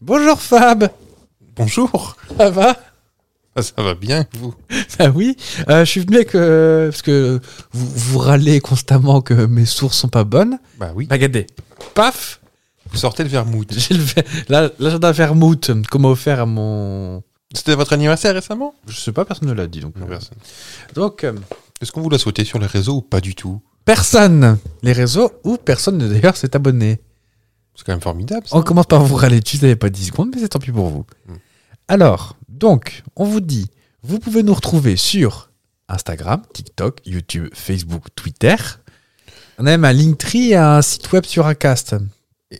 Bonjour Fab, Bonjour. ça va Ah, Ça va bien, vous Bah oui, euh, je suis venu avec, euh, parce que vous, vous râlez constamment que mes sources sont pas bonnes. Bah oui. Bah regardez, paf, Vous sortez le vermouth. j'ai le ver- la- l'agenda vermouth qu'on m'a offert à mon... C'était votre anniversaire récemment Je sais pas, personne ne l'a dit donc. Non, euh, personne. Donc, euh, Est-ce qu'on vous l'a souhaité sur les réseaux ou pas du tout personne, les réseaux, ou personne d'ailleurs s'est abonné. C'est quand même formidable. ça. On commence par vous râler dessus, vous n'avez pas 10 secondes, mais c'est tant pis pour vous. Mm. Alors, donc, on vous dit, vous pouvez nous retrouver sur Instagram, TikTok, YouTube, Facebook, Twitter. On a même un Linktree et un site web sur Acast.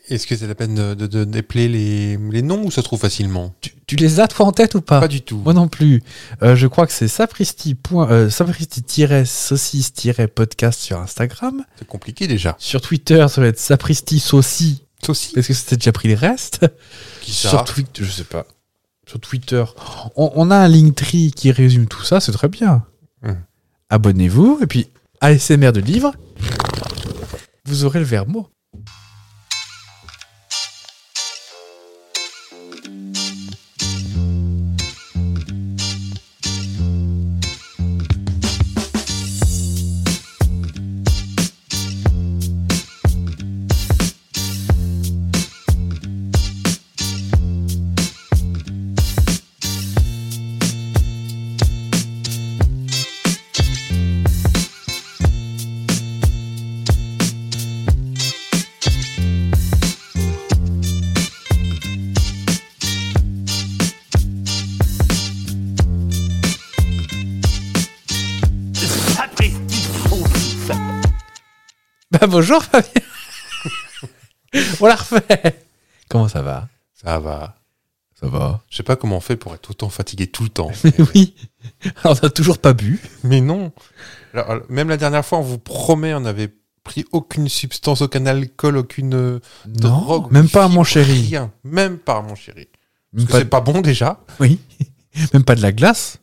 Est-ce que c'est la peine de, de, de dépeler les, les noms ou ça se trouve facilement Tu, tu les as, toi, en tête ou pas Pas du tout. Moi non plus. Euh, je crois que c'est sapristi. point- euh, sapristi-saucisse-podcast sur Instagram. C'est compliqué déjà. Sur Twitter, ça va être sapristi-saucis. Saucy Est-ce que c'était déjà pris les restes Euh, Qui Sur Twitter, je sais pas. Sur Twitter, on, on a un Linktree qui résume tout ça, c'est très bien. Mm. Abonnez-vous et puis ASMR de livre, vous aurez le verbe Bah bonjour Fabien. on la refait. Comment ça va Ça va. Ça va. Je sais pas comment on fait pour être autant fatigué tout le temps. Mais oui. Alors on n'a toujours pas bu. Mais non. Alors, alors, même la dernière fois, on vous promet, on n'avait pris aucune substance, aucun alcool, aucune euh, drogue. même pas à fibre, mon chéri. Rien. Même pas à mon chéri. Même Parce que pas, c'est pas bon déjà. oui. même pas de la glace.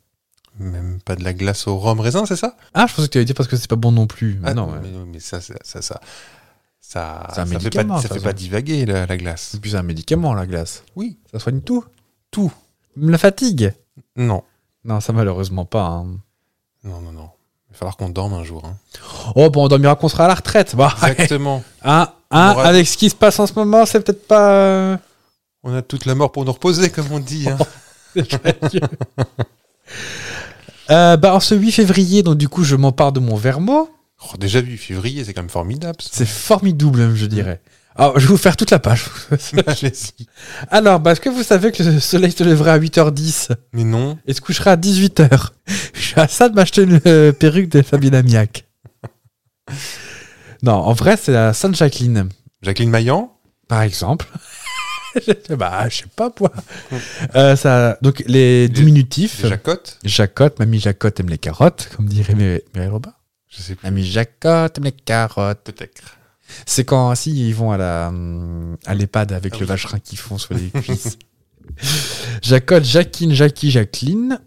Même pas de la glace au rhum raisin, c'est ça Ah, je pensais que tu allais dire parce que c'est pas bon non plus. Mais Bah Ah, non, ouais. mais, mais ça, ça, ça, ça, ça, C'est un ça fait médicament, pas, de ça toute fait façon. pas divaguer la, la glace. C'est plus un médicament la glace. Oui. Ça soigne tout. Tout. Même la fatigue. Non, Non, ça malheureusement pas. hein. non, non, non. Il va falloir qu'on dorme un jour. hein. Oh, bon, on dormira qu'on sera à la retraite. Bah, Exactement. hein, hein, On aura- avec ce qui se passe en ce moment, c'est peut-être pas. euh, On a toute la mort pour nous reposer, comme on dit. hein. Euh, bah, en ce 8 février, donc du coup, je m'empare de mon vermo. Oh, déjà vu février, c'est quand même formidable. ça. C'est formidable, même, je dirais. Alors, je vais vous faire toute la page. Allez-y. Alors, bah, est-ce que vous savez que le soleil se lèvera à 8h10 Mais non. et se couchera à 18h Je suis à ça de m'acheter une euh, perruque de Fabien Amiac. Non, en vrai, c'est la Sainte-Jacqueline. Jacqueline Maillan Par exemple. bah, je sais pas moi. Euh, ça, donc les diminutifs. les Jacottes Jacotte, mamie Jacotte aime les carottes, comme dirait Mé- Mireille Robin. Je sais plus. Mamie Jacotte aime les carottes. Peut-être. C'est quand si ils vont à la hum, à l'EHPAD avec Ah le oui. vacherin qu'ils font sur les cuisses. Jacotte, Jacqueline, Jackie, Jacqueline.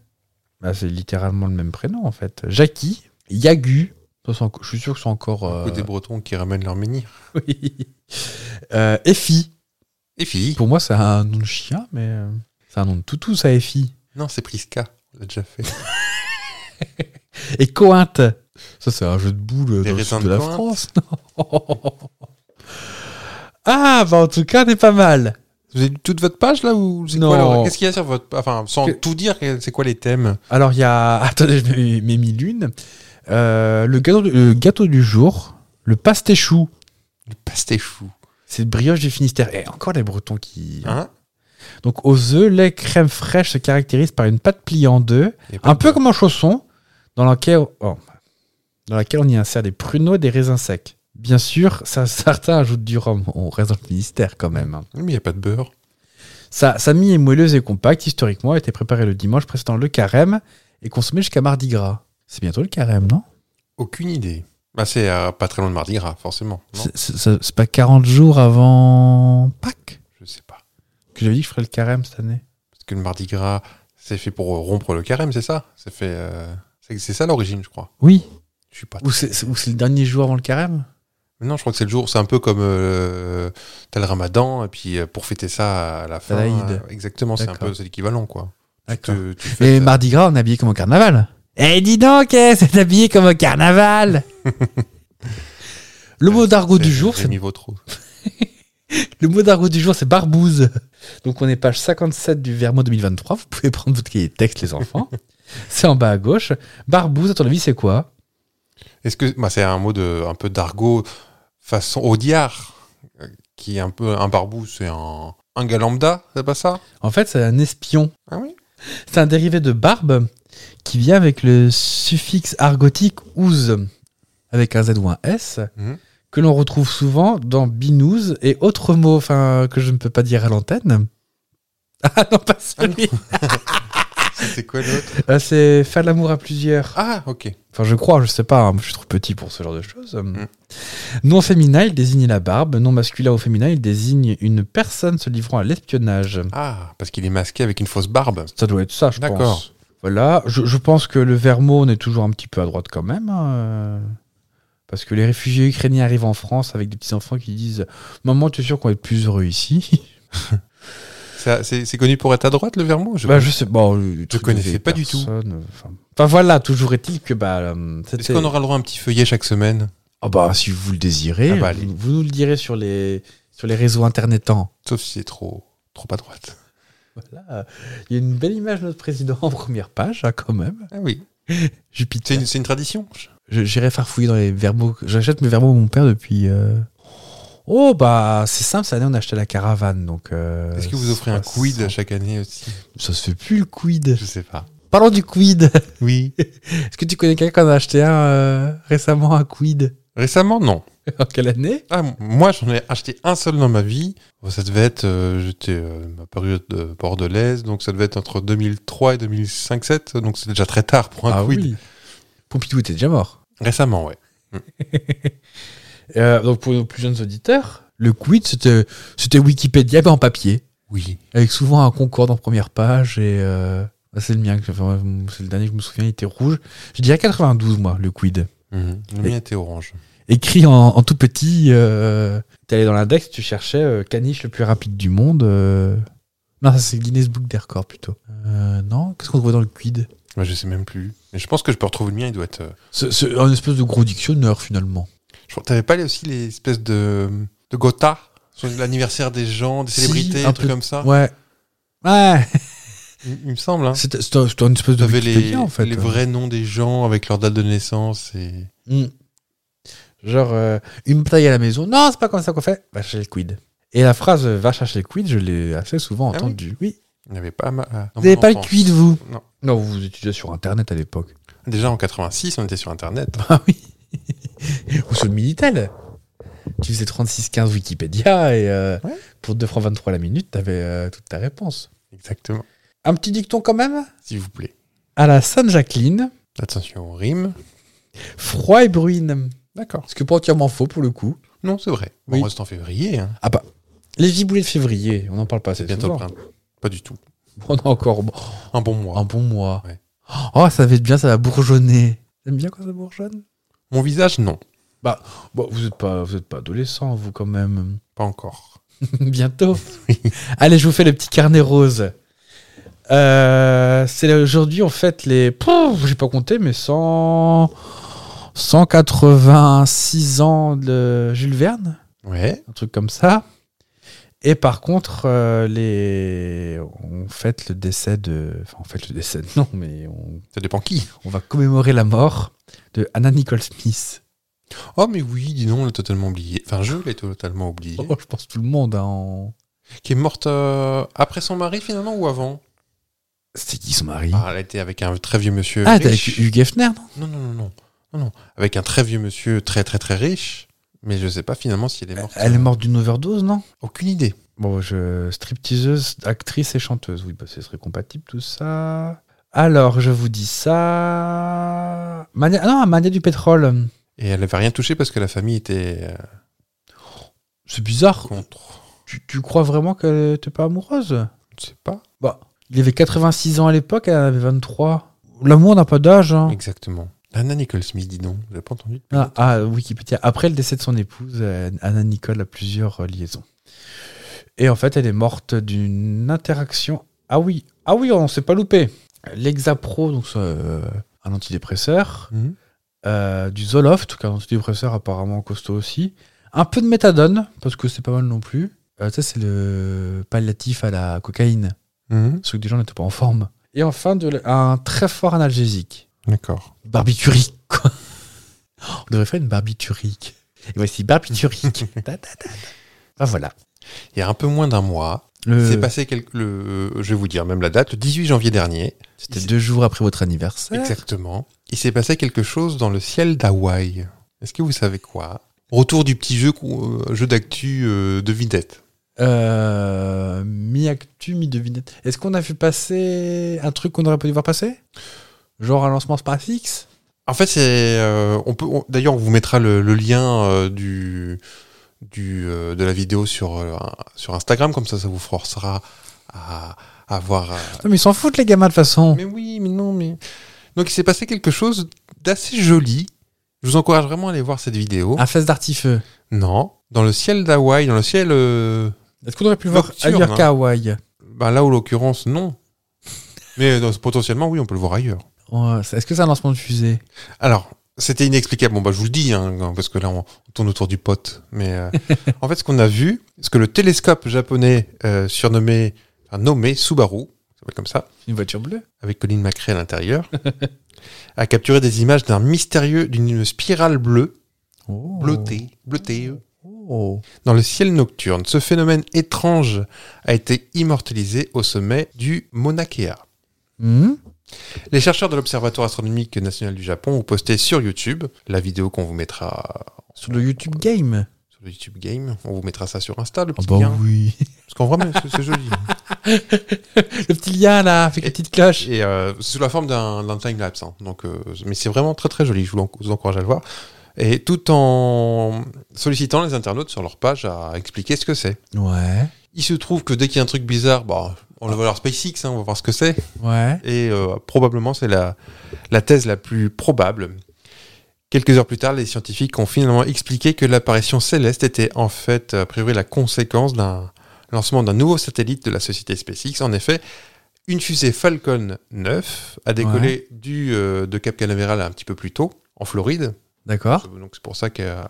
Bah, c'est littéralement le même prénom en fait. Jackie, Yagu. Ça, c'est enco- je suis sûr que c'est encore. euh, Côté Bretons qui ramènent leur menhir. oui. Euh, Effie. Et filles Pour moi, c'est un nom de chien, mais euh, c'est un nom de toutou, ça, Effie. Non, c'est Prisca. On l'a déjà fait. Et Cointe. Ça, c'est un jeu de boules euh, dans Des le raisins sud de de la Cointe. France. Non. ah, bah en tout cas, on est pas mal. Vous avez lu toute votre page là ou c'est Non. quoi, alors Qu'est-ce qu'il y a sur votre enfin sans Que- tout dire quel- c'est quoi les thèmes Alors, il y a... Attendez, je m'ai- m'ai mis l'une. Euh, le, gâteau, le gâteau du jour, le pastéchou. Le pastéchou. C'est le brioche du Finistère. Et encore les Bretons qui... Hein Donc, aux œufs, lait, crème fraîche se caractérise par une pâte pliée en deux, Il y a pas Un de- peu comme un chausson dans laquelle, oh, dans laquelle on y insère des pruneaux et des raisins secs. Bien sûr, ça, certains ajoutent du rhum. On reste dans le ministère quand même. hein. Oui, Mais il n'y a pas de beurre. Sa, sa mie est moelleuse et compacte. Historiquement, a été préparée le dimanche précédant le carême et consommée jusqu'à mardi gras. C'est bientôt le carême, non Aucune idée. Bah c'est euh, pas très loin de Mardi Gras forcément. Non C'est- C'est c'est- c'est pas 40 jours avant Pâques je sais pas. que j'avais dit que je ferais le carême cette année Parce que le Mardi Gras c'est fait pour rompre le carême c'est ça. C'est fait euh, c'est c'est ça l'origine je crois. Oui. Je suis pas. Ou c'est ou c'est le dernier jour avant le carême Non, je crois que c'est le jour. C'est un peu comme euh, t'as le Ramadan et puis euh, pour fêter ça à la fin. T'as l'Aïd. euh, exactement, c'est un D'accord. peu c'est l'équivalent quoi. Tu D'accord. te- tu fais Et ça. Mardi Gras, on est habillé comme au carnaval. Eh, dis donc, eh, c'est habillé comme au carnaval. le mot d'argot du C'est jour, c'est euh, Rémi Vautreau. Le mot d'argot du jour, c'est barbouze. Donc on est page 57 du Vermo 2023. Vous pouvez prendre votre cahier de texte, les enfants. c'est en bas à gauche. Barbouze, à ton avis, c'est quoi Est-ce que bah, c'est un mot de un peu d'argot façon Audiard euh, qui est un peu un barbou, c'est un un gars lambda, c'est pas ça En fait, c'est un espion. Ah oui. C'est un dérivé de barbe qui vient avec le suffixe argotique ouse, avec un Z ou un S, Mhm. que l'on retrouve souvent dans binouze et autres mots enfin, que je ne peux pas dire à l'antenne. Ah non, pas celui C'était quoi l'autre Euh, C'est faire l'amour à plusieurs. Ah, OK. Enfin, je crois, je sais pas, hein, je suis trop petit pour ce genre de choses. Mhm. Non féminin, il désigne la barbe. Non masculin ou féminin, il désigne une personne se livrant à l'espionnage. Ah, parce qu'il est masqué avec une fausse barbe. Ça doit être ça, je D'accord. pense. Voilà, je, je pense que le Vermont, on est toujours un petit peu à droite quand même. hein, euh, Parce que les réfugiés ukrainiens arrivent en France avec des petits-enfants qui disent « Maman, tu es sûr qu'on va être plus heureux ici Ça, C'est c'est connu pour être à droite, le Vermont ?» je- Bah, je sais, bon, le truc de connaissais vieille pas du tout. personne, Enfin, Enfin, voilà, toujours est-il que bah, euh, Est-ce c'était- qu'on aura le droit à un petit feuillet chaque semaine Ah bah si vous le désirez, Ah bah, allez. vous, vous nous le direz sur les sur les réseaux internetants. Sauf si c'est trop, trop à droite. Voilà. Il y a une belle image de notre président en première page, hein, quand même. Ah oui. C'est Jupiter. une, c'est une tradition. Je- J'irai farfouiller dans les verbaux. J'achète mes verbaux à mon père depuis. euh, Oh bah c'est simple, cette année on a acheté la caravane donc. euh, Est-ce que vous offrez un ça- quid chaque année aussi Ça se fait plus le quid. Je sais pas. Parlons du quid. Oui. Est-ce que tu connais quelqu'un qui en a acheté un euh, récemment un quid Récemment, non. En quelle année Ah, m- moi, j'en ai acheté un seul dans ma vie. Bon, Ça devait être, euh, j'étais euh, ma période de bordelaise, donc ça devait être entre 2003 et 2005-7, donc c'est déjà très tard pour un quid. Ah oui. Pompidou était déjà mort. Récemment, ouais. Euh, donc pour nos plus jeunes auditeurs, le quid c'était c'était Wikipédia mais en papier, Oui. avec souvent un concorde en première page et euh, bah, c'est le mien, que- enfin, c'est le dernier que je me souviens, il était rouge. Je dirais 92 moi le quid. Mhm. Le Et- mien était orange. Écrit en, en tout petit, euh, t'es allé dans l'index, tu cherchais euh, caniche le plus rapide du monde. euh. Non, ça, c'est le Guinness Book des records plutôt. Euh, non, qu'est-ce qu'on voit dans le quid Moi, Bah, je sais même plus. Mais je pense que je peux retrouver le mien, il doit être. euh, C'est c'est un espèce de gros dictionnaire finalement. Je crois- T'avais pas les- aussi les espèces de, de Gotha sur l'anniversaire des gens, des Si, célébrités, un un truc peu. comme ça Ouais. Ouais, il, il me semble. Hein. c'était c'était- c'était une espèce de T'avais Wikipédia les, en fait. les vrais noms des gens avec leur date de naissance et. Hmm. Genre, euh, une bataille à la maison. Non, c'est pas comme ça qu'on fait. Va chercher le quid. Et la phrase euh, va chercher le quid, je l'ai assez souvent Ah oui entendue. Oui. Il n'y avait pas. ma- ah, Vous dans n'avez mon pas le enfance. quid, vous Non. Non, vous vous étudiez sur Internet à l'époque. Déjà en 86, on était sur Internet. Ah oui. Ou sur le Minitel. Tu faisais 36-15 Wikipédia et euh, Ouais. pour 2 francs 23 la minute, t'avais euh, toute ta réponse. Exactement. Un petit dicton quand même S'il vous plaît. À la Sainte-Jacqueline, Attention aux rimes. froid et bruine. D'accord. Ce que pas entièrement faux pour le coup. Non, c'est vrai. Oui. On reste en février. hein. Ah bah, les giboulées de février, on n'en parle pas assez C'est bientôt le souvent. printemps. Pas du tout. On a encore Un bon mois. un bon mois. Ouais. Oh, ça va être bien, ça va bourgeonner. J'aime bien quand ça bourgeonne. Mon visage, non. Bon, vous n'êtes pas, vous êtes pas adolescent, vous quand même. Pas encore. Bientôt. Allez, je vous fais le petit carnet rose. Euh, c'est là- aujourd'hui on fête les Pouf, j'ai pas compté mais 100 186 ans de Jules Verne Ouais. un truc comme ça et par contre euh, les on fête le décès de enfin on fête le décès de- non mais on Ça dépend qui. on va commémorer la mort de Anna Nicole Smith. Oh, mais oui, dis donc, on l'a totalement oublié. Enfin, je l'ai totalement oublié. Oh, je pense tout le monde. hein, en- Qui est morte euh, après son mari, finalement, ou avant C'était qui son mari Ah, Elle était avec un très vieux monsieur. Ah, t'es avec riche. Hugh Hefner, non Non, non, non, non, non, non. Avec un très vieux monsieur très, très, très riche. Mais je sais pas finalement si elle est morte. Elle est morte d'une overdose, non Aucune idée. Bon, je... stripteaseuse, actrice et chanteuse. Oui, bah, ce serait compatible tout ça. Alors, je vous dis ça. Mania... Ah non, Mania du pétrole. Et elle n'avait rien touché parce que la famille était euh, C'est bizarre. contre. Tu, tu crois vraiment qu'elle était pas amoureuse Je sais pas Bah, il avait 86 ans à l'époque, elle en avait 23. L'amour n'a pas d'âge. hein. exactement. Anna Nicole Smith, dis donc. Vous n'avez pas entendu depuis Ah, longtemps. ah, Wikipédia. Après le décès de son épouse, euh, Anna Nicole a plusieurs euh, liaisons. Et en fait, elle est morte d'une interaction. Ah oui, ah oui, on s'est pas loupé. L'exapro, donc c'est, euh, un antidépresseur, Mhm. euh, du Zoloft, un antidépresseur apparemment costaud aussi, un peu de méthadone parce que c'est pas mal non plus. Euh, ça c'est le palliatif à la cocaïne, Mhm. parce que des gens n'étaient pas en forme. Et enfin, de, la- un très fort analgésique D'accord. barbiturique, quoi. On devrait faire une barbiturique. Et voici barbiturique. Ta, ta, ta, ta. Ah, voilà. Euh, Il y a un peu moins d'un mois, Le- c'est passé quelque- le, euh, je vais vous dire même la date, le 18 janvier dernier. C'était deux jours après votre anniversaire. Exactement. Il s'est passé quelque chose dans le ciel d'Hawaï. Est-ce que vous savez quoi Retour du petit jeu, qu'on- euh, jeu d'actu euh, de vidette. Euh, mi-actu, mi-devinette. Est-ce qu'on a vu passer un truc qu'on aurait pu voir passer Genre un lancement SpaceX En fait, c'est, euh, on peut, on- d'ailleurs, on vous mettra le, le lien euh, du, du, euh, de la vidéo sur, euh, un- sur Instagram, comme ça, ça vous forcera à, à voir. euh, Non, mais ils s'en foutent, les gamins, de toute façon. Mais oui, mais non, mais. Donc, il s'est passé quelque chose d'assez joli. Je vous encourage vraiment à aller voir cette vidéo. Un fesse d'artifeu. Non, dans le ciel d'Hawaï, dans le ciel. euh, Est-ce qu'on aurait pu le voir Nocturne, ailleurs hein. qu'à Hawaï Ben là, où l'occurrence, non. Mais dans- potentiellement, oui, on peut le voir ailleurs. Ouais, c'est- Est-ce que c'est un lancement de fusée Alors, c'était inexplicable. Bon, bah, je vous le dis, hein, parce que là, on, on tourne autour du pote. Mais euh, en fait, ce qu'on a vu, ce que le télescope japonais euh, surnommé, enfin, nommé Subaru, ça s'appelle comme ça, Une voiture bleue avec Colin McRae à l'intérieur, a capturé des images d'un mystérieux, d'une spirale bleue, oh. bleutée, bleutée, euh, Oh. dans le ciel nocturne. Ce phénomène étrange a été immortalisé au sommet du Mauna Kea. Hmm Les chercheurs de l'Observatoire astronomique national du Japon ont posté sur YouTube la vidéo qu'on vous mettra Sur le YouTube Game sur le YouTube Game. On vous mettra ça sur Insta, le Ah petit bah lien. oui. Parce qu'en vrai, mais c'est- c'est joli. Le petit lien là, avec Et- la petite cloche. Et euh, c'est sous la forme d'un d'un timelapse. hein. Donc, euh, mais c'est vraiment très très joli. Je vous, l'en- vous encourage à le voir. Et tout en sollicitant les internautes sur leur page à expliquer ce que c'est. Ouais. Il se trouve que dès qu'il y a un truc bizarre, bah, on le voit leur SpaceX, hein, on va voir ce que c'est. Ouais. et euh, probablement c'est la, la thèse la plus probable. Quelques heures plus tard, les scientifiques ont finalement expliqué que l'apparition céleste était en fait a priori la conséquence d'un lancement d'un nouveau satellite de la société SpaceX. En effet, une fusée Falcon 9 a décollé du, euh, de Cap Canaveral un petit peu plus tôt, en Floride. D'accord. Donc c'est pour ça qu'à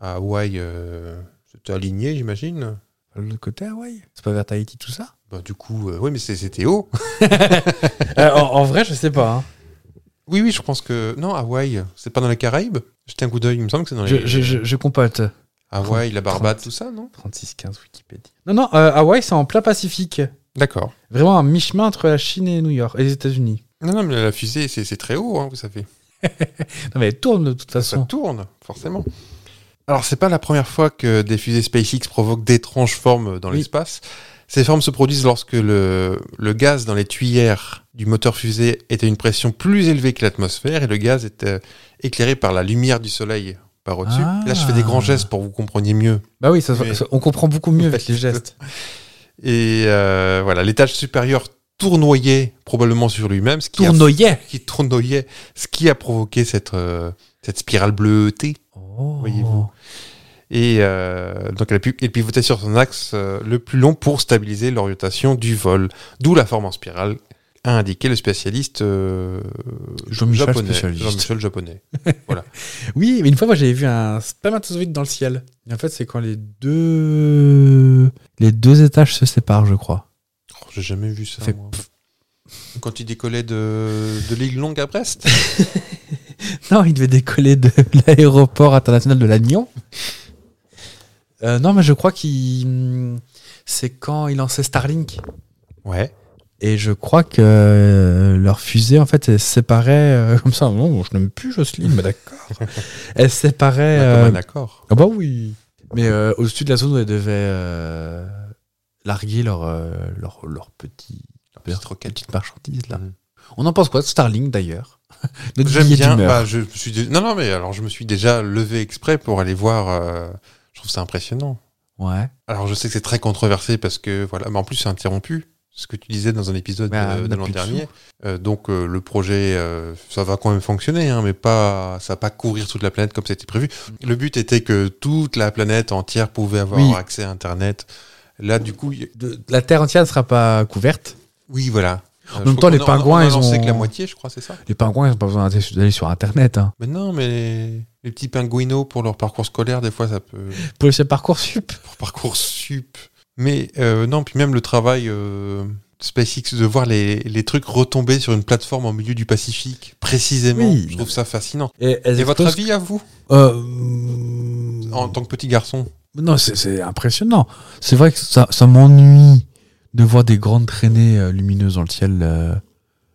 à Hawaï, euh, c'était aligné, j'imagine. Le côté Hawaï. C'est pas vers Tahiti tout ça Bah, du coup, euh, oui, mais c'est- c'était haut. Euh, en, en vrai, je sais pas. hein. Oui, oui, je pense que. Non, Hawaï, c'est pas dans les Caraïbes J'étais un coup d'œil, il me semble que c'est dans les. Je, je, je, je compote. Hawaï, la Barbade, trente. tout ça, non 36-15 Wikipédia. Non, non, euh, Hawaï, c'est en plein Pacifique. D'accord. Vraiment un mi-chemin entre la Chine et New York et les États-Unis. Non, non, mais la fusée, c'est c'est très haut, hein, vous savez. Non, mais elle tourne de toute Ça façon. tourne, forcément. Alors, c'est pas la première fois que des fusées SpaceX provoquent d'étranges formes dans Oui. l'espace. Ces formes se produisent lorsque le, le gaz dans les tuyères du moteur fusée est à une pression plus élevée que l'atmosphère et le gaz est euh, éclairé par la lumière du soleil par au-dessus. Ah. Là, je fais des grands gestes pour que vous compreniez mieux. Bah oui, ça, se- Mais- ça- on comprend beaucoup mieux avec les gestes. Et euh, voilà, l'étage supérieur tournoyait probablement sur lui-même, ce qui, a- Tournoyait. qui tournoyait, ce qui a provoqué cette, euh, cette spirale bleutée. Oh. Voyez-vous. Et euh, donc elle, a pu, elle pivotait sur son axe euh, le plus long pour stabiliser l'orientation du vol, d'où la forme en spirale, a indiqué le spécialiste euh, Jean-Michel japonais. spécialiste. Jean-Michel japonais. Oui, mais une fois, moi, j'avais vu un spermatozoïde dans le ciel. Et en fait, c'est quand les deux... les deux étages se séparent, je crois. Oh, J'ai jamais vu ça. Fait moi. Quand il décollait de, de l'île longue à Brest Non, il devait décoller de l'aéroport international de Lannion. Euh, non, mais je crois qu'il. C'est quand il lançait Starlink. Ouais. Et je crois que euh, leur fusée, en fait, elle se séparait euh, comme ça. Non, je n'aime plus Jocelyne, mais d'accord. Elle se séparait. Comme euh, un accord. Ah bah oui. Mais euh, au-dessus de la zone où elles devaient euh, larguer leur, euh, leur, leur petit, La petite roquette. petite marchandise, là. Mhm. On en pense quoi de Starlink, d'ailleurs Notre J'aime billet bien. d'humeur. bah, je me suis dé- Non, non, mais alors je me suis déjà levé exprès pour aller voir. euh, Je trouve ça impressionnant. Ouais. Alors je sais que c'est très controversé parce que voilà, mais en plus c'est interrompu. ce que tu disais dans un épisode Bah, euh, on de a l'an plus de dernier. Euh, donc euh, le projet, euh, ça va quand même fonctionner, hein, mais pas, ça va pas couvrir toute la planète comme c'était prévu. Le but était que toute la planète entière pouvait avoir Mm. Oui. accès à Internet. Là, du coup, y- De- la Terre entière ne sera pas couverte. oui, voilà. Euh, En même temps, les pingouins, ils annoncé ont- que la moitié, je crois, c'est ça. Les pingouins, ils n'ont pas besoin d'aller d'aller sur Internet. Hein. Mais non, mais les, les petits pingouinos pour leur parcours scolaire, des fois, ça peut. Pour le Parcoursup. pour Parcoursup. Mais euh, non, puis même le travail euh, SpaceX, de voir les, les trucs retomber sur une plateforme au milieu du Pacifique, précisément, Oui. je trouve ça fascinant. Et, elles Et votre explosent- avis à vous, Euh, hmm, en tant que petit garçon Non, c'est- c'est impressionnant. C'est vrai que ça, ça m'ennuie de voir des grandes traînées euh, lumineuses dans le ciel euh,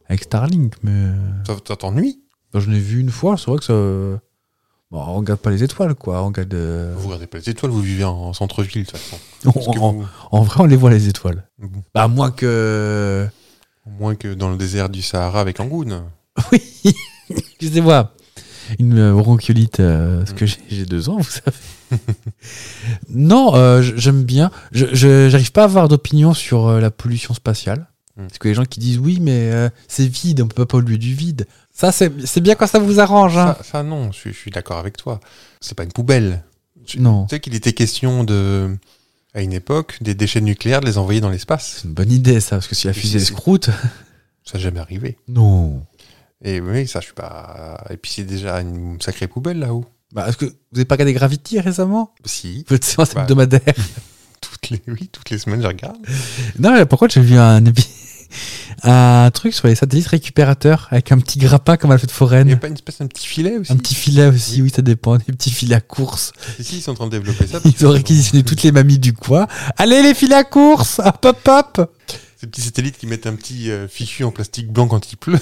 avec Starlink, mais euh, Ça ça t'ennuie quand je l'ai vu une fois, c'est vrai que ça. Bon, on regarde pas les étoiles, quoi. On regarde. euh, Vous regardez pas les étoiles, vous vivez en, en centre-ville, de toute façon. Parce que en, vous- en vrai, on les voit les étoiles. Bon. Bah, moins que. moins que dans le désert du Sahara avec Angoun. Excusez-moi. Une euh, bronchiolite, euh, parce que j'ai- j'ai deux ans, vous savez. non, euh, j- j'aime bien. Je- Je n'arrive pas à avoir d'opinion sur euh, la pollution spatiale. Mm. Parce que les gens qui disent oui, mais euh, c'est vide, on peut pas polluer du vide. Ça, c'est c'est bien quand ça vous arrange. hein. Ça, ça, non, je, suis- je suis d'accord avec toi. C'est pas une poubelle. Je- Non, Tu sais qu'il était question de, à une époque, des déchets nucléaires, de les envoyer dans l'espace. c'est une bonne idée, ça, parce que si la Si, fusée si, se si. croûte. Ça n'est jamais arrivé. Non. Et oui, ça, je suis pas. Et puis c'est déjà une sacrée poubelle là-haut. Bah, Est-ce que vous n'avez pas regardé Gravity récemment Si, Votre séance Bah. hebdomadaire toutes les, oui, toutes les semaines, je regarde. Non, mais par contre, j'ai vu un, épi- un truc sur les satellites récupérateurs avec un petit grappin comme à la fête Il n'y a foraine. pas une espèce, un petit filet aussi Un petit filet aussi, oui, ça dépend. Des petits filets à course. Ici, ils sont en train de développer ça. parce Ils ont que- réquisitionné toutes les mamies du coin. Allez, les filets à course Hop, hop, hop Ces petits satellites qui mettent un petit euh, fichu en plastique blanc quand il pleut.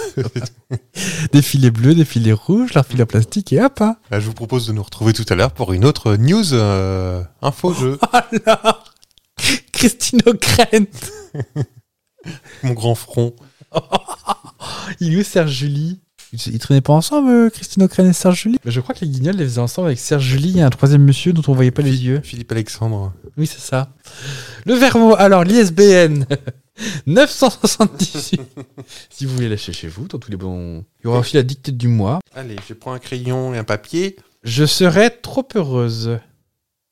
Des filets bleus, des filets rouges, leurs filets en plastique et hop hein. Là, je vous propose de nous retrouver tout à l'heure pour une autre news euh, info jeu. Alors Christine O'Krent Mon grand front. Il est où Serge Julie Ils ils traînaient pas ensemble, euh, Christine O'Krent et Serge Julie Mais Je crois que les guignols les faisaient ensemble avec Serge Julie et un troisième monsieur dont on voyait pas les yeux. Philippe Alexandre. Oui, c'est ça. Le vermo, alors l'ISBN 978. si vous voulez lâcher chez vous, dans tous les bons. Il y aura aussi la dictée du mois. Allez, je prends un crayon et un papier. Je serais trop heureuse.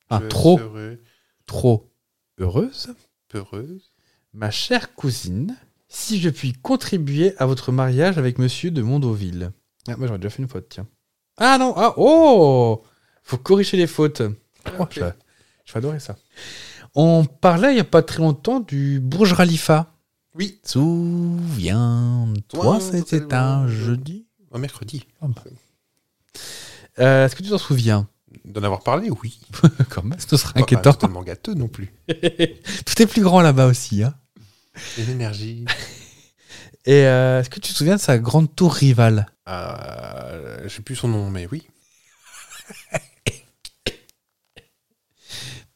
Ah, Je trop, serai trop heureuse, Peureuse. ma chère cousine, si je puis contribuer à votre mariage avec monsieur de Mondoville. Ah, moi j'aurais déjà fait une faute, tiens. Ah non, ah, oh Faut corriger les fautes. Oh, Ok. je, vais- je vais adorer ça. On parlait il n'y a pas très longtemps du Burj Khalifa. Oui, Souviens-toi, Toi, c'était totalement. un jeudi. un mercredi. Euh, Est-ce que tu t'en souviens D'en avoir parlé, oui. Quand même, ce serait Pas- inquiétant. Pas totalement gâteux non plus. Tout est plus grand là-bas aussi. hein. Et l'énergie. Et euh, est-ce que tu te souviens de sa grande tour rivale Euh, je sais plus son nom, mais oui.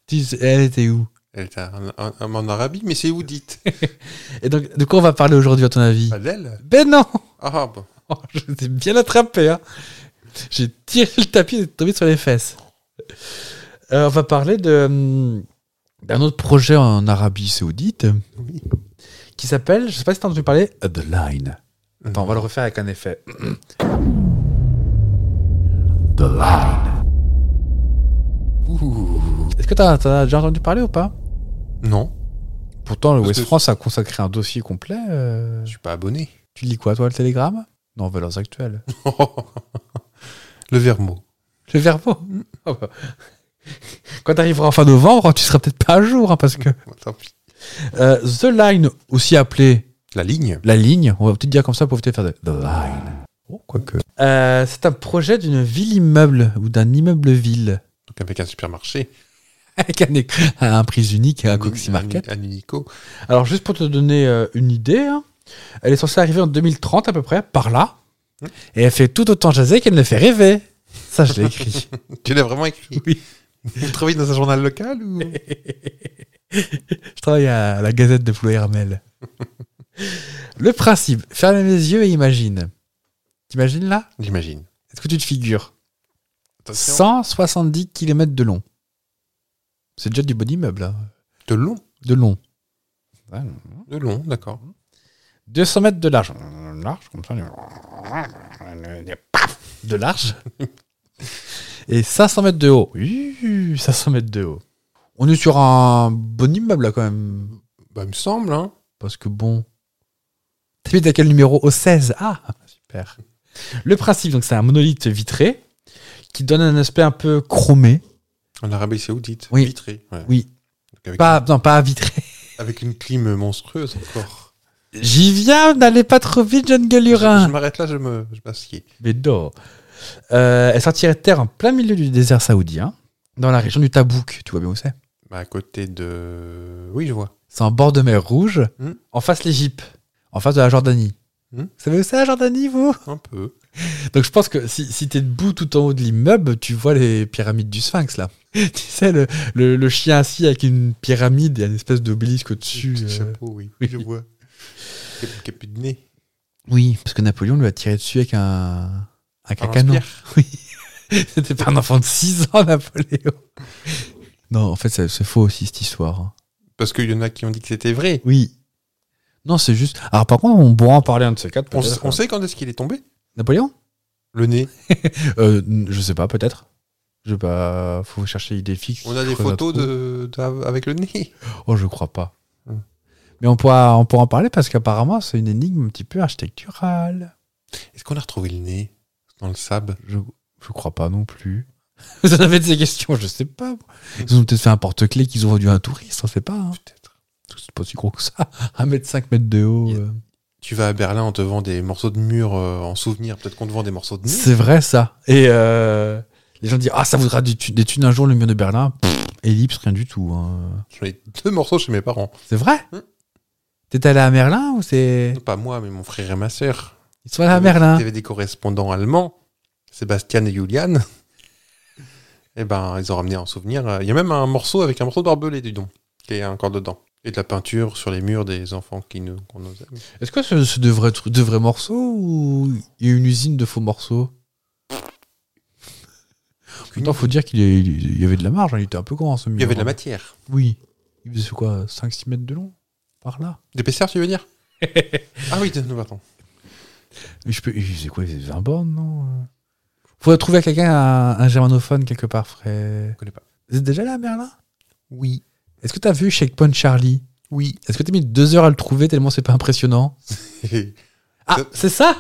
Tu sais- Elle était où Elle était en, en- en- en Arabie, mais c'est oudite. Et donc, de quoi on va parler aujourd'hui, à ton avis Pas d'elle Ben non Ah, bon. Oh, Je t'ai bien attrapé. hein. J'ai tiré le tapis et t'es tombé sur les fesses. Euh, on va parler de, hum, d'un autre projet en Arabie Saoudite Oui. qui s'appelle, je sais pas si t'as entendu parler, The Line. Attends, on va le refaire avec un effet. The Line. Ouh. Est-ce que t'as, t'as déjà entendu parler ou pas Non, Pourtant, le Parce West que- France a consacré un dossier complet. euh, je suis pas abonné. Tu lis quoi, toi, le Télégramme Non, Valeurs Actuelles. Le Vermo. Le verbo. Oh bah. Quand t'arriveras en fin novembre, tu seras peut-être pas à jour, hein, parce que Tant pis. Euh, the line, aussi appelée La ligne. la ligne, on va peut-être dire comme ça pour éviter de faire de- the line. Oh, quoique. Euh, c'est un projet d'une ville immeuble ou d'un immeuble ville Donc avec un supermarché. avec un, éc- un prix unique et un Coxy Un- Market. Un unico. Alors juste pour te donner euh, une idée, hein, elle est censée arriver en 2030 à peu près, par là, et elle fait tout autant jaser qu'elle ne fait rêver. Ça, je l'ai écrit. Tu l'as vraiment écrit Oui. Vous travaillez dans un journal local ou Je travaille à la Gazette de Flo Hermel. Le principe, ferme les yeux et imagine. T'imagines là J'imagine. Est-ce que tu te figures Attention. 170 km de long. C'est déjà du bon immeuble, là. De long. De long. Ouais. De long, d'accord. 200 mètres de large. Large, comme ça. Paf De large. Et 500 mètres de haut. Uuuh, 500 mètres de haut. On est sur un bon immeuble, là, quand même. Bah, il me semble, hein. Parce que bon. T'habites à quel numéro Au 16. Ah, super. Le principe, donc c'est un monolithe vitré qui donne un aspect un peu chromé. En Arabie Saoudite. Oui. Vitré. ouais. Oui. Donc avec, Pas, non, pas vitré. avec une clim monstrueuse encore. J'y viens, n'allez pas trop vite, jeune Je, galurin. je m'arrête là, je me, je m'assieds. Mais non. Euh, elle sortirait de terre en plein milieu du désert saoudien, dans la région du Tabouk. Tu vois bien où c'est Bah, à côté de. Oui, je vois. C'est en bord de mer rouge, Hmm. en face l'Égypte, en face de la Jordanie. Hmm. Vous savez où c'est la Jordanie, vous Un peu. Donc je pense que si, si t'es debout tout en haut de l'immeuble, tu vois les pyramides du Sphinx, là. tu sais, le, le- le chien assis avec une pyramide et une espèce d'obélisque au-dessus. Petit euh. chapeau, oui. oui. Je vois. Qui a- qui a plus de nez. Oui, parce que Napoléon lui a tiré dessus avec un, un Un cacanon. lance-pierre. C'était pas un enfant de 6 ans, Napoléon. non, en fait, c'est c'est faux aussi, cette histoire. hein. Parce qu'il y en a qui ont dit que c'était vrai. Oui. Non, c'est juste. Alors, par contre, on pourra en parler un de ces quatre. On, s- peut-être. on sait quand est-ce qu'il est tombé Napoléon Le nez. Euh, n- je sais pas, peut-être. Je sais pas, faut chercher idée fixe. On a des creuse un photos trou. de, de- avec le nez. Oh, je crois pas. Hmm. Mais on pourra, on pourra en parler parce qu'apparemment, c'est une énigme un petit peu architecturale. Est-ce qu'on a retrouvé le nez dans le sable Je, je crois pas non plus. Vous en avez de ces questions, je sais pas. Ils ont peut-être fait un porte-clés qu'ils ont vendu à un touriste, on sait pas. hein. Peut-être. C'est pas si gros que ça. 1m5 mètres de haut. Yeah. euh. Tu vas à Berlin, on te vend des morceaux de mur euh, en souvenir. Peut-être qu'on te vend des morceaux de nez. C'est vrai, ça. Et euh, les gens disent Ah, ça voudra du thu- des thunes un jour, le mur de Berlin. Pff, ellipse, rien du tout. hein. J'en ai deux morceaux chez mes parents. C'est vrai Hmm. T'es allé à Merlin ou c'est. Non, pas moi, mais mon frère et ma sœur. Ils sont allés à Il y avait- Ah, Merlin. Il y avait des correspondants allemands, Sébastien et Julian. et ben, ils ont ramené en souvenir. euh, Il y a même un morceau avec un morceau de barbelé, du don, qui est encore dedans. Et de la peinture sur les murs des enfants qui nous, qu'on nous aime. Est-ce que c'est c'est de vrais, tru- de vrais morceaux ou il y a une usine de faux morceaux En même temps, faut dire qu'il y a- il y avait de la marge, hein, il était un peu grand ce mur. Il y avait de la hein. matière. Oui. Il faisait quoi 5-6 mètres de long Par là D'épaisseur, tu veux dire Ah oui, de- nous attends. Mais je peux. Il faisait quoi Il faisait 20 bornes, euh non Faudrait trouver à quelqu'un un, un germanophone quelque part, frère. Je connais pas. Vous êtes déjà là à Merlin Oui, Est-ce que t'as vu Checkpoint Charlie oui. Est-ce que t'as mis deux heures à le trouver tellement c'est pas impressionnant c'est Ah, Euh. c'est ça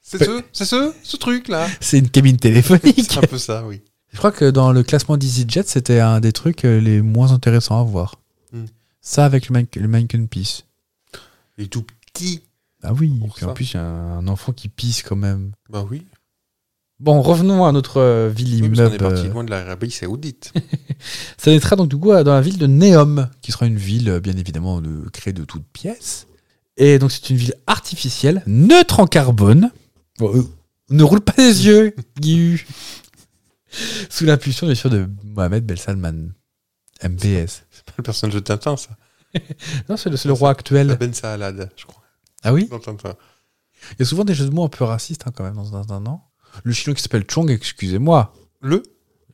ce, c'est ce, ce truc là. C'est une cabine téléphonique C'est un peu ça, oui. Je crois que dans le classement d'EasyJet, c'était un des trucs euh, les moins intéressants à voir. Hmm. Ça avec le, Manc- le Mannequin Peace. Il est tout petit. Ah oui, Pour puis en ça. plus, il y a un enfant qui pisse quand même. Bah oui. Bon, revenons à notre euh, ville oui parce qu'on est immeuble. parti euh, loin de l'Arabie Saoudite. Ça naîtra donc du coup euh, dans la ville de Neom, qui sera une ville euh, bien évidemment de, créée de toutes pièces. Et donc c'est une ville artificielle, neutre en carbone. Bon, euh, ne roule pas les yeux, Guy. Sous l'impulsion bien sûr de Mohamed Belsalman, MBS. c'est pas le personnage de Tintin, ça. Non, c'est le, c'est le roi actuel. La Ben Saalad, je crois. Ah oui Dans Tintin. Il y a souvent des jeux de mots un peu racistes hein, quand même dans un an. Le chinois qui s'appelle Chong, excusez-moi. Le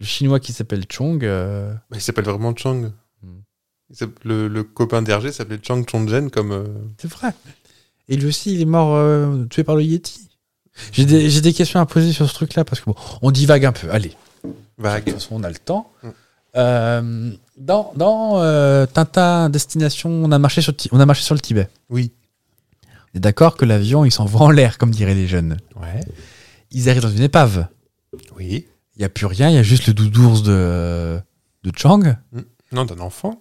Le chinois qui s'appelle Chong. euh, Bah, Il s'appelle vraiment Chang. Hmm. Il s'appelle- Le, le copain d'Hergé s'appelait Chang Chongzhen comme. euh, C'est vrai. Et lui aussi, il est mort euh, tué par le Yeti. J'ai des, j'ai des questions à poser sur ce truc-là parce que bon, on divague un peu. Allez, de vague. toute façon, on a le temps. Mm. Euh, dans dans euh, Tintin Destination, on a marché sur, Ti- on a marché sur le Tibet. Oui. On est d'accord que l'avion, il s'envoie en l'air, comme diraient les jeunes. Ouais. Ils arrivent dans une épave. Oui. Il n'y a plus rien, il y a juste le doudours de, de Chang. Non, d'un enfant.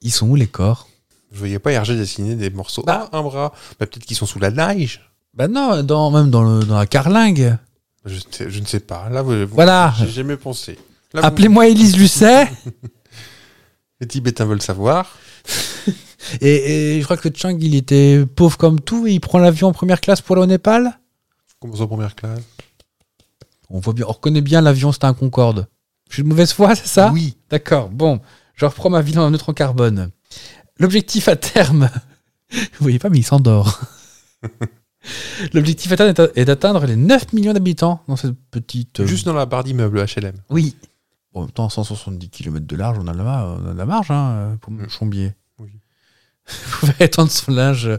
Ils sont où les corps Je voyais pas Hergé dessiner des morceaux. Bah. Ah, un bras. Bah, peut-être qu'ils sont sous la neige. Bah non, dans, même dans, le- dans la carlingue. Je, sais- je ne sais pas. Là, vous, vous- Voilà. J'ai jamais pensé. Là, vous- Appelez-moi Élise Lucet. Les Tibétains veulent savoir. Et, et je crois que Chang, il était pauvre comme tout et il prend l'avion en première classe pour aller au Népal. Commence en première classe. On voit bien, on reconnaît bien l'avion, c'était un Concorde. Je suis de mauvaise foi, c'est ça Oui. D'accord, bon, je reprends ma ville en neutre en carbone. L'objectif à terme, vous voyez pas, mais il s'endort. L'objectif à terme est a- est d'atteindre les 9 millions d'habitants dans cette petite. euh, Juste dans la barre d'immeuble HLM. Oui. Bon, en même temps, 170 km de large, on a de la, mar- on a de la marge hein, pour Mm. Chambier. Oui. Vous pouvez étendre son linge euh,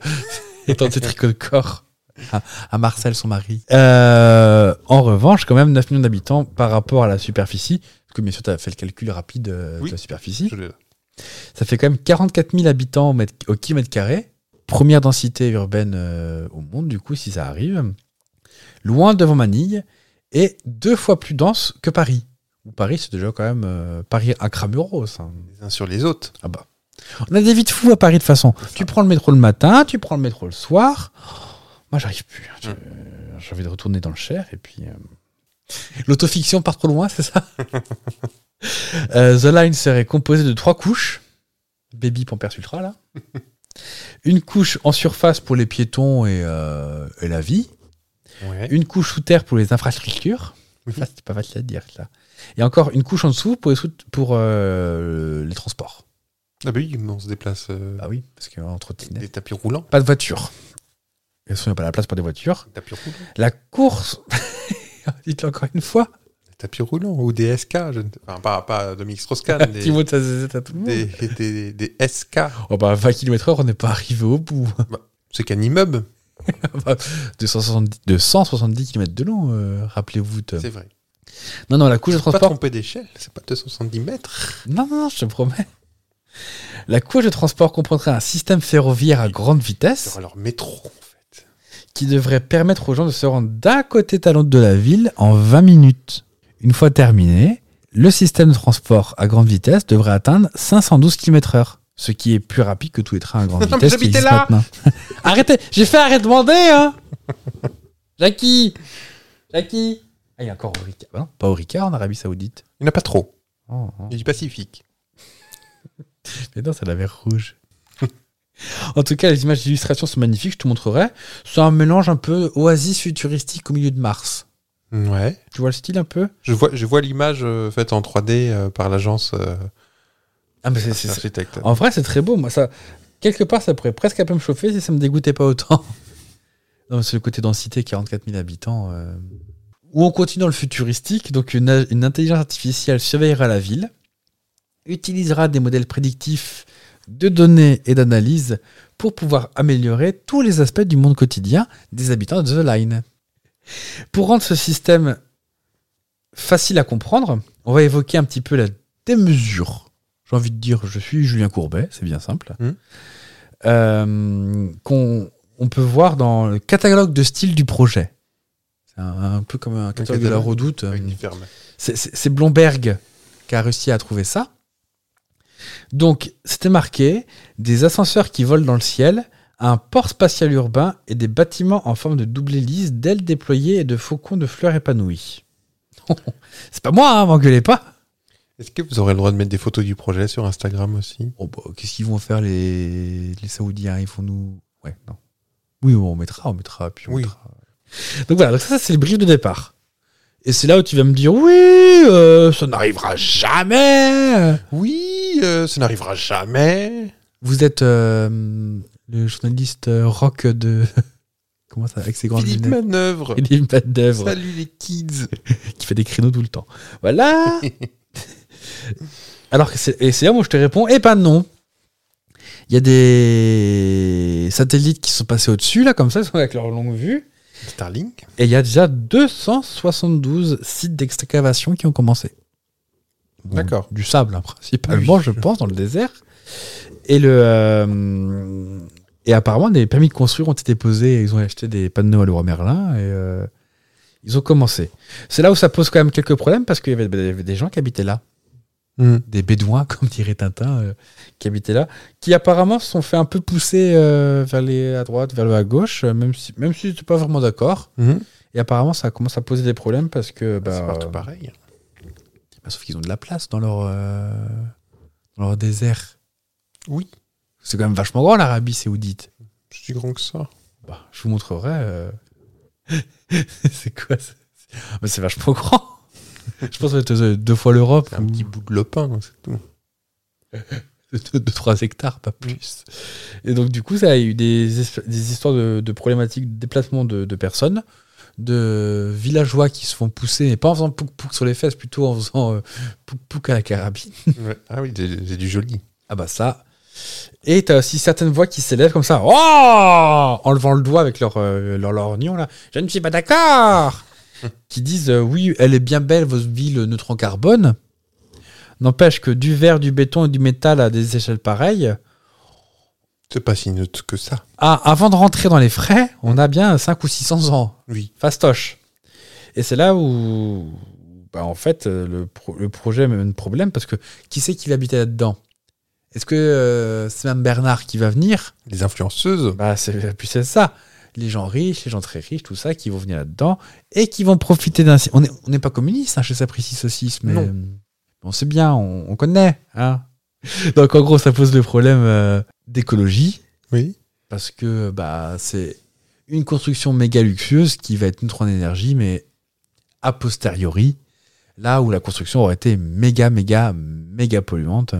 étendre ses tricots de corps à, à Marcel, son mari. Euh, en revanche, quand même, 9 millions d'habitants par rapport à la superficie, parce que bien sûr, tu as fait le calcul rapide euh, Oui. de la superficie, Je l'ai là. ça fait quand même 44 000 habitants au, mètre- au kilomètre carré, première densité urbaine euh, au monde, du coup, si ça arrive, loin devant Manille, et deux fois plus dense que Paris. Ou Paris, c'est déjà quand même euh, Paris intramuros. hein. Les uns sur les autres. Ah bah. On a des vies de fous à Paris de toute façon. Tu prends le métro le matin, tu prends le métro le soir. Oh, moi, j'arrive plus. Je- Mm. J'ai envie de retourner dans le Cher. Et puis. euh, L'autofiction part trop loin, c'est ça Euh, The Line serait composée de trois couches. Baby Pampers Ultra, là. Une couche en surface pour les piétons et, euh, et la vie. Ouais. Une couche sous terre pour les infrastructures. Ça, c'est pas facile à dire, ça. Et encore une couche en dessous pour les, sous- pour, euh, les transports. Ah bah oui, mais on se déplace euh, Bah oui, parce qu'en trottinette. des tapis roulants. Pas de voiture. De toute façon, il n'y a pas la place pour des voitures. Des tapis roulants. La course. Dites-le encore une fois. Des tapis roulants ou des SK. Je ne... Enfin, pas, pas Dominique Strauss-Kahn. des, Timot, ça zézette à tout le monde. Ah, des, des- des- des SK. Oh bah, 20 km/h, on n'est pas arrivé au bout. C'est qu'un immeuble, 270, 270 km de long, euh, rappelez-vous. Tom. c'est vrai. Non, non, la couche de Pas transport. trompé d'échelle, c'est pas 270 mètres. Non, non, non, je te promets. La couche de transport comprendrait un système ferroviaire à grande Il y vitesse aura leur métro, en fait. qui devrait permettre aux gens de se rendre d'un côté à l'autre de la ville en 20 minutes. Une fois terminé, le système de transport à grande vitesse devrait atteindre 512 km/h, ce qui est plus rapide que tous les trains à grande Non, mais vitesse qui j'habitais existent là. maintenant. Arrêtez, j'ai fait arrêt de demander, hein Jackie Jackie Ah, il y a encore au Ricard. Bah non, pas au Ricard en Arabie Saoudite. Il n'y en a pas trop. Oh, oh. Il y a du Pacifique. Mais non, c'est la mer rouge. en tout cas, les images d'illustration sont magnifiques, je te montrerai. C'est un mélange un peu oasis futuristique au milieu de Mars. Ouais. Tu vois le style un peu Je vois, je vois l'image euh, faite en 3D euh, par l'agence euh, Ah, mais c'est- c'est- c'est- architecte. En vrai, c'est très beau. Moi, ça, quelque part, ça pourrait presque à peu me chauffer si ça me dégoûtait pas autant. non, mais c'est le côté densité, 44 000 habitants. euh. Ou on continue dans le futuristique. Donc, une, a- une intelligence artificielle surveillera la ville, utilisera des modèles prédictifs de données et d'analyse pour pouvoir améliorer tous les aspects du monde quotidien des habitants de The Line. Pour rendre ce système facile à comprendre, on va évoquer un petit peu la démesure j'ai envie de dire, je suis Julien Courbet, c'est bien simple, Mhm. Euh, qu'on on peut voir dans le catalogue de style du projet. C'est un, un peu comme un catalogue de la catalogue redoute. Avec euh, des fermes. c'est- C'est c'est Blomberg qui a réussi à trouver ça. Donc, c'était marqué des ascenseurs qui volent dans le ciel, un port spatial urbain et des bâtiments en forme de double hélice, d'ailes déployées et de faucons de fleurs épanouies. c'est pas moi, hein, m'engueulez pas Est-ce que vous aurez le droit de mettre des photos du projet sur Instagram aussi Oh bah, qu'est-ce qu'ils vont faire les, les Saoudiens Ils vont nous. Ouais, non. Oui, on mettra, on mettra, puis on Oui. mettra. Donc voilà, donc ça, ça, c'est le brief de départ. Et c'est là où tu vas me dire oui, euh, ça n'arrivera jamais. Oui, euh, ça n'arrivera jamais. Vous êtes euh, le journaliste euh, rock de comment ça avec ses grandes Philippe lunettes. Manœuvre. Philippe Manœuvre. Salut les kids. qui fait des créneaux tout le temps. Voilà Alors que c'est, et c'est là où je te réponds, eh ben non Il y a des satellites qui sont passés au-dessus, là, comme ça, avec leur longue vue, Starlink. et il y a déjà 272 sites d'excavation qui ont commencé. Bon, D'accord. Ah Du sable, hein, principalement, Oui. je pense, dans le désert. Et le... euh, et apparemment, des permis de construire ont été posés, ils ont acheté des panneaux à Leroy Merlin, et... euh, ils ont commencé. C'est là où ça pose quand même quelques problèmes parce qu'il y avait- il y avait des gens qui habitaient là, Hmm. des bédouins, comme dirait Tintin, euh, qui habitaient là, qui apparemment se sont fait un peu pousser euh, vers les, à droite, vers le à gauche, euh, même si, même si n'étaient pas vraiment d'accord. Mhm. Et apparemment, ça commence à poser des problèmes parce que. Bah, C'est partout euh, pareil. bah, sauf qu'ils ont de la place dans leur, euh, dans leur désert. Oui. C'est quand même vachement grand l'Arabie Saoudite. Je suis grand que ça. Bah, je vous montrerai. euh. c'est quoi ça Bah, C'est vachement grand. Je pense que c'est euh, deux fois l'Europe. Un ou- petit bout de lopin, c'est tout. de 3 hectares, pas plus. Et donc, du coup, ça a eu des, esp- des histoires de, de problématiques de déplacement de, de personnes, de villageois qui se font pousser, mais pas en faisant pouc-pouc sur les fesses, plutôt en faisant euh, pouc-pouc à la carabine. Ouais. Ah oui, j'ai j'ai du joli. Ah bah ça, Et t'as aussi certaines voix qui s'élèvent comme ça, oh en levant le doigt avec leur, euh, leur lorgnon là. Je ne suis pas d'accord Qui disent, euh, oui, elle est bien belle, votre ville neutre en carbone. N'empêche que du verre, du béton et du métal à des échelles pareilles, C'est pas si neutre que ça. ah, avant de rentrer dans les frais, on a bien 5 ou 600 ans. Oui. Fastoche. Et c'est là où, bah, en fait, euh, le, pro- le projet mène problème parce que qui c'est qui habitait là-dedans Est-ce que euh, c'est même Bernard qui va venir Les influenceuses. bah, c'est puis c'est ça. Les gens riches, les gens très riches, tout ça, qui vont venir là-dedans et qui vont profiter d'un. On n'est on n'est pas communiste hein, chez Sapristi Saucisse, mais Non. euh, on sait bien, on, on connaît. hein. Donc en gros, ça pose le problème euh, d'écologie Oui. parce que bah, c'est une construction méga luxueuse qui va être neutre en énergie, mais a posteriori, là où la construction aurait été méga, méga, méga polluante.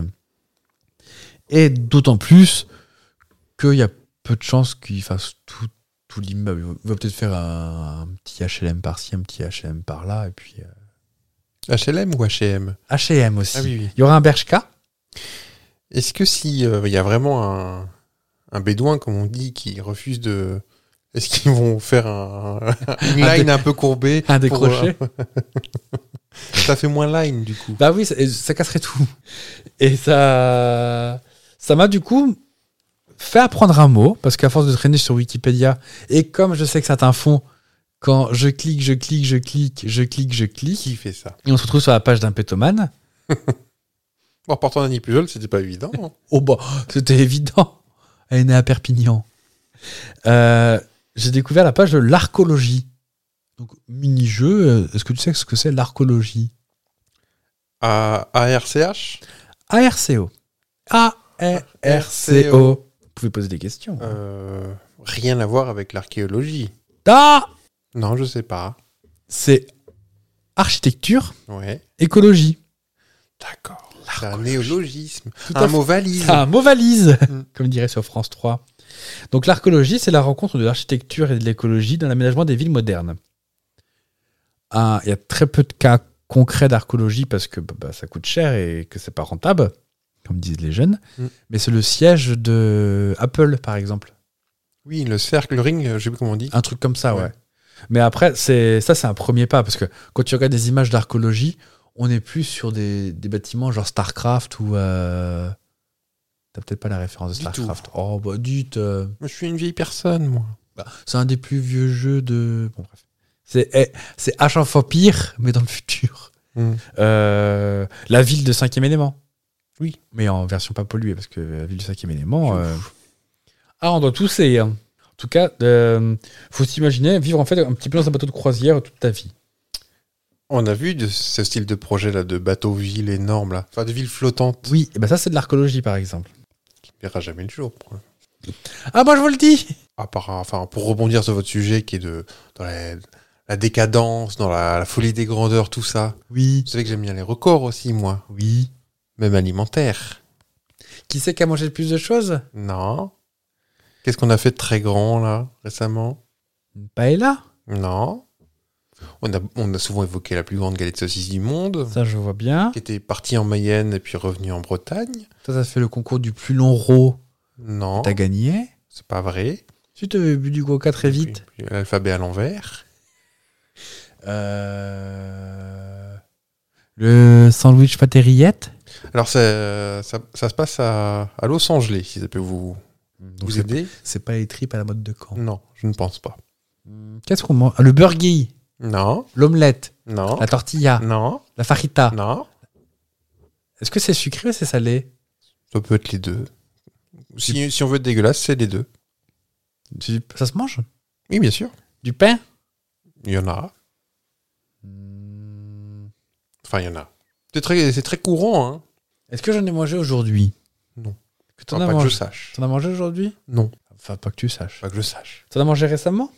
Et d'autant plus qu'il y a peu de chances qu'ils fassent tout, tout l'immeuble. Il va peut-être faire un, un petit HLM par-ci, un petit HLM par-là, et puis euh, HLM ou HM HLM aussi. oui. Il y aura un Bershka Est-ce que si euh, il y a vraiment un, un bédouin, comme on dit, qui refuse de. Est-ce qu'ils vont faire un, une Un dé- line un peu courbée un pour, décroché. euh, ça fait moins line du coup. Bah oui, ça, ça casserait tout. Et ça. Ça m'a du coup fait apprendre un mot, parce qu'à force de traîner sur Wikipédia, et comme je sais que certains font, quand je clique, je clique, je clique, je clique, je clique, Qui fait ça et on se retrouve sur la page d'un pétoman, Bon, en partant d'Annie Pujol, c'était pas évident. hein. oh bah, c'était évident, elle est née à Perpignan. Euh, J'ai découvert la page de l'arcologie. Donc, mini-jeu, euh, est-ce que tu sais ce que c'est l'arcologie À ARCH ARCO. A-R-C-O. Vous pouvez poser des questions. euh, Rien à voir avec l'archéologie. Ah Non, je sais pas. C'est architecture, Ouais. écologie. D'accord. C'est un néologisme. à un fait. mot valise. C'est un mot valise, Mm. comme dirait sur France 3. Donc l'archéologie, c'est la rencontre de l'architecture et de l'écologie dans l'aménagement des villes modernes. Ah, Il y a très peu de cas concrets d'archéologie parce que bah, bah, ça coûte cher et que c'est pas rentable, comme disent les jeunes. Mm. Mais c'est le siège de Apple, par exemple. Oui, le cercle, le ring, euh, je sais plus comment on dit. Un truc comme ça, ouais. Ouais. Mais après, c'est ça, c'est un premier pas parce que quand tu regardes des images d'archéologie, on est plus sur des, des bâtiments genre Starcraft ou. euh, T'as peut-être pas la référence de Du tout. Starcraft. Oh bah dites, euh, bah, Je suis une vieille personne, moi. c'est un des plus vieux jeux de. Bon bref, c'est eh, c'est Age of Empire, mais dans le futur. Mm. Euh, la ville de cinquième élément. Oui. Mais en version pas polluée parce que la ville de cinquième élément. euh, Ah, on doit tousser. hein. En tout cas, euh, faut s'imaginer vivre en fait un petit peu dans un bateau de croisière toute ta vie. On a vu de ce style de projet là, de bateau-ville énorme là, enfin de ville flottante, Oui, et ben ça c'est de l'archéologie par exemple. qui ne verra jamais le jour. quoi. Ah moi je vous le dis. À part, euh, enfin, pour rebondir sur votre sujet qui est de dans la, la décadence, dans la, la folie des grandeurs, tout ça. Oui, Vous savez que j'aime bien les records aussi, moi, oui. même alimentaire. Qui c'est qui a mangé le plus de choses Non. Qu'est-ce qu'on a fait de très grand là récemment Une Paella. Non. On a, on a souvent évoqué la plus grande galette de saucisses du monde, Ça je vois bien. qui était partie en Mayenne et puis revenue en Bretagne. Toi t'as fait le concours du plus long row. Non, T'as gagné. c'est pas vrai. Tu t'avais bu du coca très Puis- vite. puis L'alphabet à l'envers. Euh, Le sandwich pâté rillette Alors, ça, ça, ça se passe à, à Los Angeles, si ça peut vous, Donc, vous c'est- aider. C'est pas les tripes à la mode de camp. Non, je ne pense pas. Qu'est-ce qu'on mange Ah, Le burger, Non, l'omelette, non, la tortilla, non, la farita. non. Est-ce que c'est sucré ou c'est salé Ça peut être les deux. Si, si on veut être dégueulasse, c'est les deux. Tu- Ça se mange Oui, bien sûr. Du pain Il y en a. Mm. Enfin, il y en a. C'est très, c'est très courant, hein. Est-ce que j'en ai mangé aujourd'hui Non. Que t'en Enfin, as pas que je mangé sache. T'en as mangé aujourd'hui Non, Enfin, pas que tu saches. pas que je sache. T'en as mangé récemment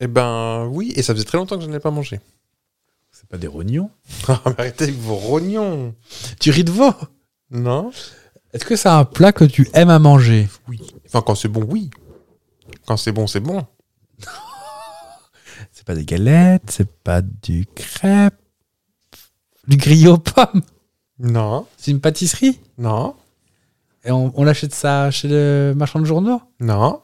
Eh ben, oui, et ça faisait très longtemps que je n'en ai pas mangé. C'est pas des rognons. Ah, mais Arrêtez avec vos rognons. Tu ris de veau Non. Est-ce que c'est un plat que tu aimes à manger Enfin, quand c'est bon, oui. Quand c'est bon, c'est bon. C'est pas des galettes, c'est pas du crêpe, du grillé aux pommes. Non, C'est une pâtisserie non. Et on, on l'achète ça chez le marchand de journaux Non,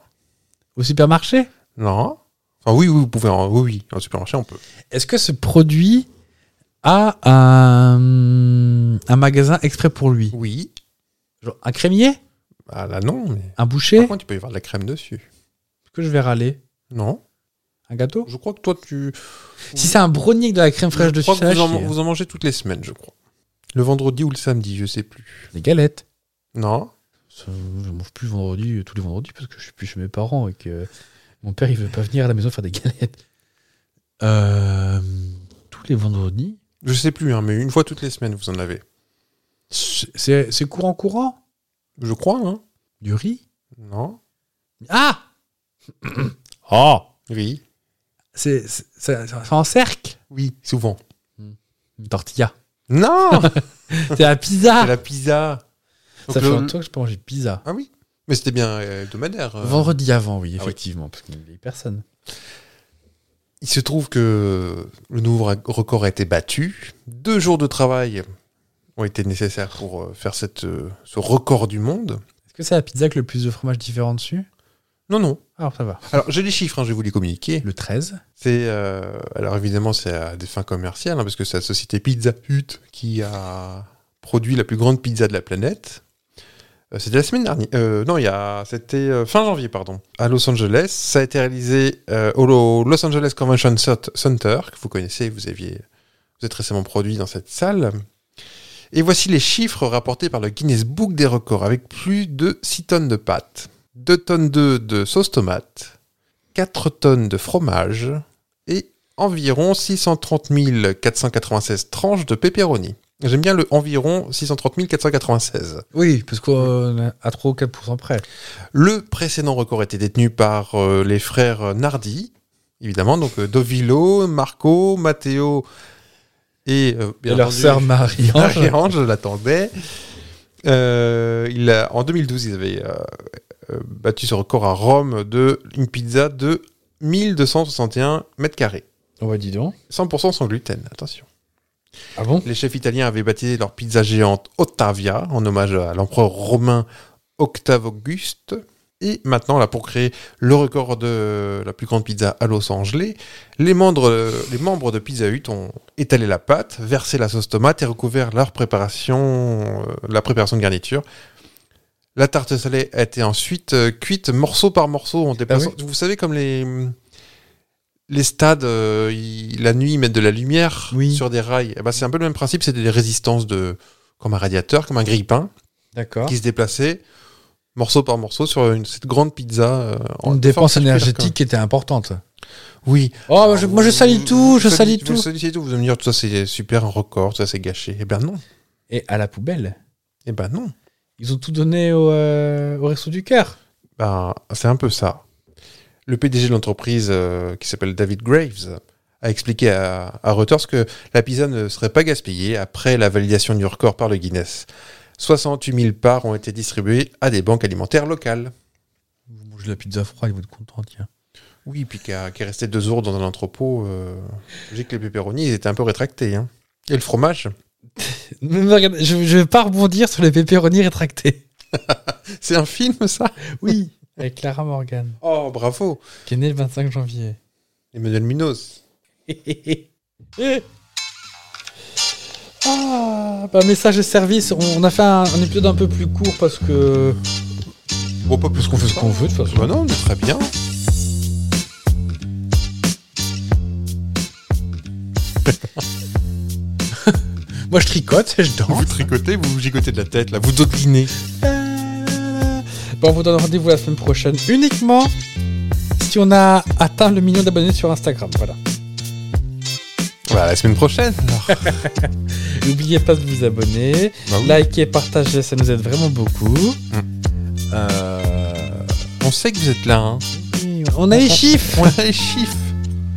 Au supermarché non. Enfin, oui, oui, vous pouvez. En, oui, oui, en supermarché, on peut. Est-ce que ce produit a un, un magasin exprès pour lui Oui. Genre Un crémier Ah là, non, mais. Un Par boucher contre, tu peux y avoir de la crème dessus. Est-ce que je vais râler Non. Un gâteau Je crois que toi, tu. Si c'est un brownie avec de la crème fraîche je dessus, crois que ça va vous, en, chier. vous en mangez toutes les semaines, je crois. Le vendredi ou le samedi, je sais plus. Des galettes. Non. Ça, Je mange plus vendredi, euh, tous les vendredis, parce que je suis plus chez mes parents et que mon père, il veut pas venir à la maison faire des galettes. Euh, tous les vendredis Je sais plus, hein, mais une fois toutes les semaines, vous en avez. C'est c'est courant, courant Je crois, hein. Du riz Non. Ah Oh Oui. C'est c'est- ça- ça- ça en cercle Oui, souvent. Une tortilla. Non C'est la pizza C'est la pizza. Donc Ça fait le- longtemps que je peux manger de pizza. Ah oui. Mais c'était bien euh, hebdomadaire. euh. Vendredi avant, oui, Ah oui. effectivement, parce qu'il n'y avait personne. Il se trouve que le nouveau ra- record a été battu. Deux jours de travail ont été nécessaires pour euh, faire cette, euh, ce record du monde. Est-ce que c'est la pizza avec le plus de fromage différent dessus Non, non. Alors ça va. Alors, j'ai les chiffres, hein, je vais vous les communiquer. Le 13 C'est euh, alors évidemment c'est à des fins commerciales hein, parce que c'est la société Pizza Hut qui a produit la plus grande pizza de la planète. Euh, c'était la semaine dernière. Euh, non, il y a c'était euh, fin janvier pardon à Los Angeles. Ça a été réalisé euh, au Lo- Los Angeles Convention Cent- Center que vous connaissez. Vous aviez vous êtes récemment produit dans cette salle. Et voici les chiffres rapportés par le Guinness Book des records avec plus de 6 tonnes de pâtes, 2 tonnes de, de sauce tomate, 4 tonnes de fromage, et environ 630 496 tranches de pepperoni. J'aime bien le environ 630 496. Oui, parce qu'on est à 3 ou 4% près. Le précédent record était détenu par euh, les frères Nardi, évidemment, donc euh, Dovilo, Marco, Matteo et, euh, bien Et leur entendu, sœur Marie-Ange. Marie-Ange, je l'attendais. Euh, il a- en 2012, ils avaient euh, euh, battu ce record à Rome de une pizza de 1261 mètres carrés. On va dis donc. 100% sans gluten, attention. Ah bon Les chefs italiens avaient baptisé leur pizza géante Ottavia en hommage à l'empereur romain Octave Auguste. Et maintenant, là, pour créer le record de la plus grande pizza à Los Angeles, les membres, les membres de Pizza Hut ont étalé la pâte, versé la sauce tomate et recouvert leur préparation, euh, la préparation de garniture. La tarte salée a été ensuite euh, cuite morceau par morceau en déplaçant. Vous savez, comme les, les stades, euh, ils- la nuit, ils mettent de la lumière Oui. sur des rails. Eh ben, c'est un peu le même principe, c'est des résistances de, comme un radiateur, comme un grille-pain D'accord. qui se déplaçait morceau par morceau sur une, cette grande pizza. euh, en Une dépense forme circulaire, énergétique qui était importante. quand même. Oui. hein. Oh, moi je, moi, je salis Vous- tout, je Ah, vous salis Vous tout. salissez tout. Vous allez me dire, tout ça c'est super, un record, tout ça c'est gâché. Eh ben non. Et à la poubelle. Eh ben non. Ils ont tout donné au, euh, au Resto du Cœur. Ben, c'est un peu ça. Le PDG de l'entreprise, euh, qui s'appelle David Graves, a expliqué à, à Reuters que la pizza ne serait pas gaspillée après la validation du record par le Guinness. 68 000 parts ont été distribuées à des banques alimentaires locales. Vous mangez de la pizza froide, vous êtes content, tiens. Oui, puis qui, a- qui est resté deux jours dans un entrepôt. euh, J'ai que les pepperonis, ils étaient un peu rétractés. hein. Et le fromage, je, je vais pas rebondir sur les pépéronis rétractés. c'est un film ça Oui. Avec Clara Morgan, Oh, bravo qui est née le 25 janvier. Emmanuel Minos. ah, bah, message de service. On, on a fait un, un épisode un peu plus court parce que. Bon, pas parce qu'on fait ce qu'on veut, de toute façon. Bah non, mais très bien. Moi, je tricote, je danse. Vous tricotez, vous vous gigotez de la tête, là, vous dodelinez. Bon, on vous donne rendez-vous la semaine prochaine uniquement si on a atteint le million d'abonnés sur Instagram. Voilà. Bah, à la semaine prochaine. alors. N'oubliez pas de vous abonner, Bah oui. liker, partager, ça nous aide vraiment beaucoup. Euh, On sait que vous êtes là, hein. On a les chiffres On a les chiffres.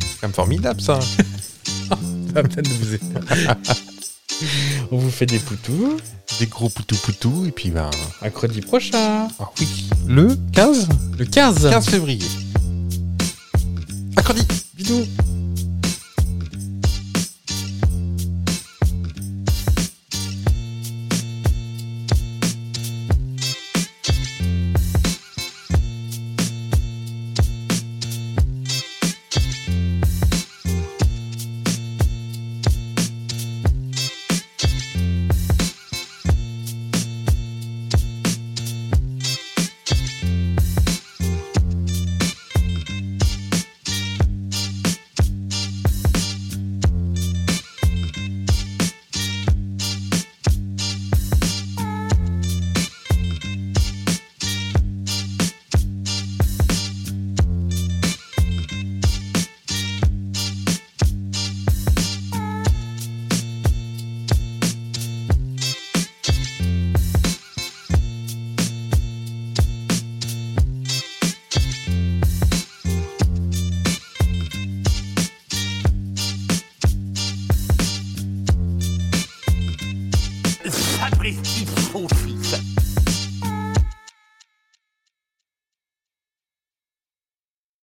C'est quand même formidable, ça. On vous fait des poutous. Des gros poutou-poutou, et puis, bah. Mercredi prochain, Ah oui. Le 15 le 15. 15 février. Accordé. Bisous Please keep moving.